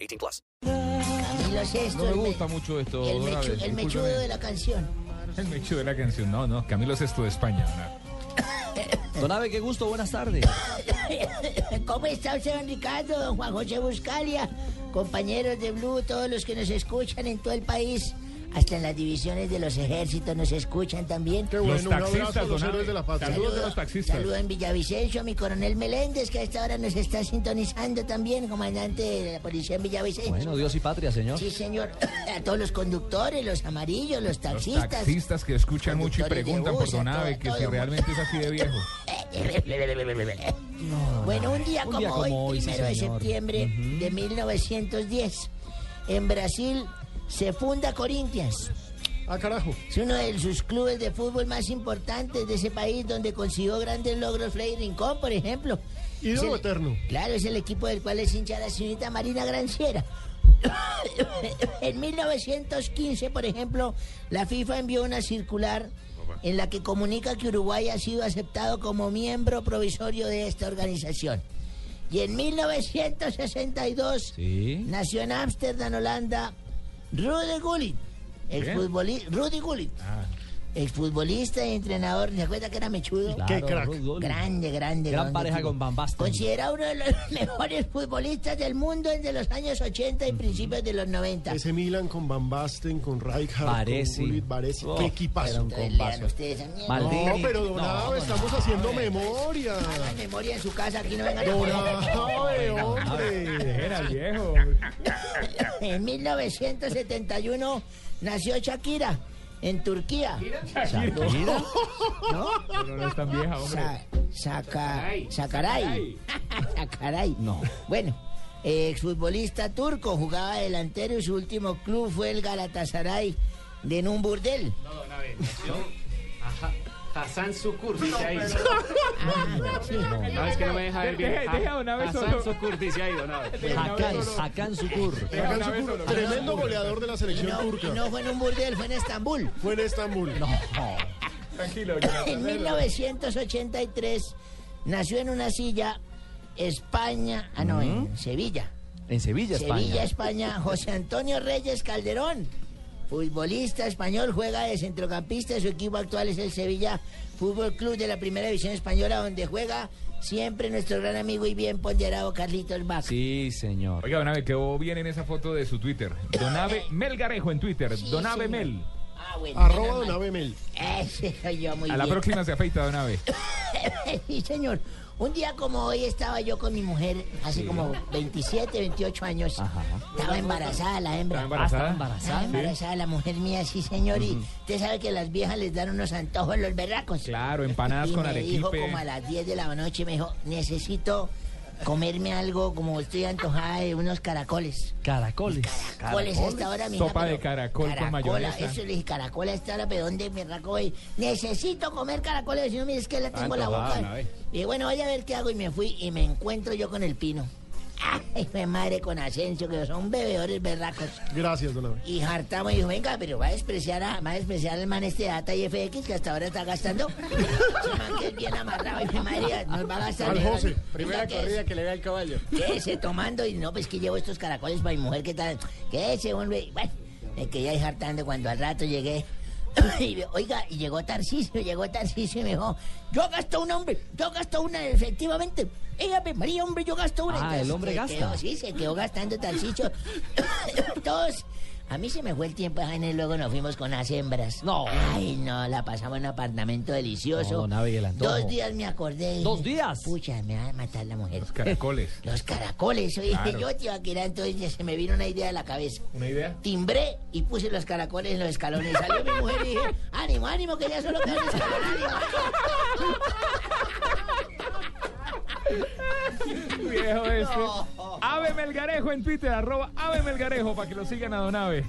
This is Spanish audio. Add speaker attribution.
Speaker 1: 18 plus.
Speaker 2: Camilo Sesto,
Speaker 3: No me
Speaker 2: el me-
Speaker 3: gusta mucho esto,
Speaker 2: el,
Speaker 3: don
Speaker 2: mechu-
Speaker 3: Abel,
Speaker 2: el
Speaker 3: discúlpeme.
Speaker 2: mechudo de la canción.
Speaker 3: El mechudo de la canción. No, no, Camilo Sesto de España. don
Speaker 4: Don Abe, qué gusto, buenas tardes.
Speaker 2: ¿Cómo está usted, don Ricardo, don Juan José Buscalia, compañeros de Blue, todos los que nos escuchan en todo el país? Hasta en las divisiones de los ejércitos nos escuchan también.
Speaker 3: Abel. Los taxistas, don Abel. Saludos de los taxistas.
Speaker 2: Saludo en Villavicencio a mi coronel Meléndez, que a esta hora nos está sintonizando también, comandante de la policía en Villavicencio.
Speaker 4: Bueno, Dios y patria, señor.
Speaker 2: Sí, señor. A todos los conductores, los amarillos, los
Speaker 3: Los
Speaker 2: taxistas.
Speaker 3: taxistas que escuchan mucho y
Speaker 2: conductores de
Speaker 3: preguntan por
Speaker 2: bus, a
Speaker 3: Don
Speaker 2: todo-
Speaker 3: Abe que
Speaker 2: todo
Speaker 3: si
Speaker 2: mundo.
Speaker 3: realmente es así de viejo.
Speaker 2: Bueno, un día
Speaker 4: Un
Speaker 2: como,
Speaker 4: día como
Speaker 2: hoy,
Speaker 4: hoy, sí,
Speaker 2: primero de
Speaker 4: señor.
Speaker 2: septiembre de 1910, en Brasil se funda Corinthians.
Speaker 3: Ah, carajo.
Speaker 2: Es uno de sus clubes de fútbol más importantes de ese país, donde consiguió grandes logros Freddy Rincón, por ejemplo. Es el- Claro, es el equipo del cual es hincha la señorita Marina Granciera. en 1915, por ejemplo, la FIFA envió una circular en la que comunica que Uruguay ha sido aceptado como miembro provisorio de esta organización. Y en 1962
Speaker 4: Sí.
Speaker 2: nació en Ámsterdam, Holanda, Rudy Gullit, exfutboli- Rudy Gullit,
Speaker 4: Ah.
Speaker 2: exfutbolista y entrenador. ¿Se acuerda que era mechudo?
Speaker 4: Claro,
Speaker 5: crack.
Speaker 4: Ruth Gullit.
Speaker 2: Grande, grande.
Speaker 4: Gran
Speaker 2: grande
Speaker 4: pareja
Speaker 2: tipo.
Speaker 4: con Van Basten.
Speaker 2: Considera uno de los mejores futbolistas del mundo entre los años 80 y principios de los 90.
Speaker 5: Ese Milan con Van Basten, con Rijkaard,
Speaker 4: Baresi.
Speaker 5: con Gullit, Baresi.
Speaker 4: Oh,
Speaker 5: Qué equipazo.
Speaker 4: era
Speaker 2: Entonces, lean ustedes esa mierda.
Speaker 4: Maldito.
Speaker 5: No, pero Don
Speaker 4: No,
Speaker 5: Abe,
Speaker 4: no,
Speaker 5: estamos haciendo memoria.
Speaker 2: Hagan memoria en su casa, aquí no vengan a
Speaker 5: Don
Speaker 2: joder.
Speaker 5: Abe, hombre.
Speaker 3: Era el viejo.
Speaker 2: En 1971 nació Shakira en Turquía.
Speaker 4: Shakira.
Speaker 3: Pero no es tan vieja, hombre.
Speaker 2: Sa- saca, sacaray. sacaray.
Speaker 4: No.
Speaker 2: Bueno, eh, exfutbolista turco, jugaba delantero y su último club fue el Galatasaray de Numburdel.
Speaker 6: No, una vez. Nació a Ha- Hassan Sukur, dice ahí.
Speaker 2: Ah, sí.
Speaker 6: No, es que no me deja ver bien. Ah,
Speaker 3: Deje- deje a Don Abel
Speaker 6: Hassan
Speaker 3: solo.
Speaker 6: Sukur, dice ahí, don Abel.
Speaker 4: Hakan, Hakan Sukur.
Speaker 3: Deja una vez solo.
Speaker 5: Tremendo goleador de la
Speaker 2: Y
Speaker 5: selección
Speaker 2: no, y
Speaker 5: turca.
Speaker 2: no fue en Numburdel, fue en Estambul.
Speaker 5: Fue en Estambul.
Speaker 3: Tranquilo,
Speaker 2: En 1983 nació en una silla España, ah no, en Sevilla.
Speaker 4: En Sevilla,
Speaker 2: Sevilla,
Speaker 4: España.
Speaker 2: España, José Antonio Reyes Calderón. Futbolista español, juega de centrocampista. Su equipo actual es el Sevilla Fútbol Club de la Primera División Española, donde juega siempre nuestro gran amigo y bien ponderado Carlitos Bach.
Speaker 4: Sí, señor.
Speaker 3: Oiga, Don Abe, quedó bien en esa foto de su Twitter. Don Abe Melgarejo en Twitter.
Speaker 2: Sí,
Speaker 3: Don Abe
Speaker 2: señor.
Speaker 3: Mel.
Speaker 2: Ah, bueno,
Speaker 5: Arroba
Speaker 2: menos
Speaker 5: Don
Speaker 2: mal.
Speaker 5: Abe Mel.
Speaker 2: Ese soy yo muy
Speaker 3: A la
Speaker 2: bien.
Speaker 3: próxima se afeita, Don Abe.
Speaker 2: Sí, señor. Un día como hoy estaba yo con mi mujer, hace como 27, 28 años.
Speaker 4: Ajá.
Speaker 2: Estaba embarazada la hembra.
Speaker 3: ¿Está embarazada?
Speaker 2: Estaba embarazada la mujer mía, sí, señor. Y usted sabe que las viejas les dan unos antojos los berracos.
Speaker 3: Claro, empanadas
Speaker 2: Y
Speaker 3: con
Speaker 2: me dijo
Speaker 3: arequipe.
Speaker 2: como a las 10 de la noche, me dijo, necesito comerme algo, como estoy antojada de unos caracoles.
Speaker 4: Caracoles.
Speaker 2: ¿Cuál es esta hora, mija?
Speaker 3: Sopa
Speaker 2: Pero
Speaker 3: de caracol con
Speaker 2: caracola,
Speaker 3: mayonesa.
Speaker 2: Eso le dije, caracol a esta hora, pero ¿dónde me raco hoy? Necesito comer caracoles, si no, mire, es
Speaker 3: Ah,
Speaker 2: que la tengo en la
Speaker 3: Antojada,
Speaker 2: boca.
Speaker 3: una vez.
Speaker 2: Y bueno, vaya a ver qué hago, y me fui, y me encuentro yo con el pino. Ay, mi madre con Asensio, que son bebedores berracos.
Speaker 5: Gracias, Don Abe.
Speaker 2: Y hartamos y dijo, venga, pero va a despreciar a, va a despreciar al man este de Data y FX que hasta ahora está gastando. Ese man que es bien amarrado y mi madre nos va a gastar.
Speaker 5: Al José,
Speaker 2: primera corrida que le ve al caballo. Quédese tomando y no, pues que llevo estos caracoles para mi mujer, ¿qué tal? Quédese, hombre. Y Bueno, me quedé ahí hartando cuando al rato llegué. Y, me- oiga, y llegó Tarcisio, llegó Tarcisio y me dijo, yo gasto un hombre, yo gasto una, efectivamente. Ella María, hombre, yo gasto una.
Speaker 4: Ah,
Speaker 2: Entonces,
Speaker 4: el hombre
Speaker 2: se
Speaker 4: gasta.
Speaker 2: quedó, sí, se quedó gastando Tarcisio. Todos. A mí se me fue el tiempo, Jaime, y luego nos fuimos con las hembras.
Speaker 4: No.
Speaker 2: Ay, no, la pasamos en un apartamento delicioso.
Speaker 4: No, don Abel, el antojo.
Speaker 2: Dos días me acordé. y dije,
Speaker 4: ¿Dos días?
Speaker 2: Pucha, me va a matar la mujer.
Speaker 3: Los caracoles.
Speaker 2: Los caracoles, oye,
Speaker 3: Claro.
Speaker 2: yo te iba a quedar, entonces ya se me vino una idea a la cabeza.
Speaker 3: ¿Una idea?
Speaker 2: Timbré y puse los caracoles en los escalones. Salió mi mujer y dije, ánimo, ánimo, que ya solo quedan escalones. ánimo, ánimo".
Speaker 3: Viejo este. Ave Melgarejo en Twitter, arroba Ave Melgarejo para que lo sigan a Donave.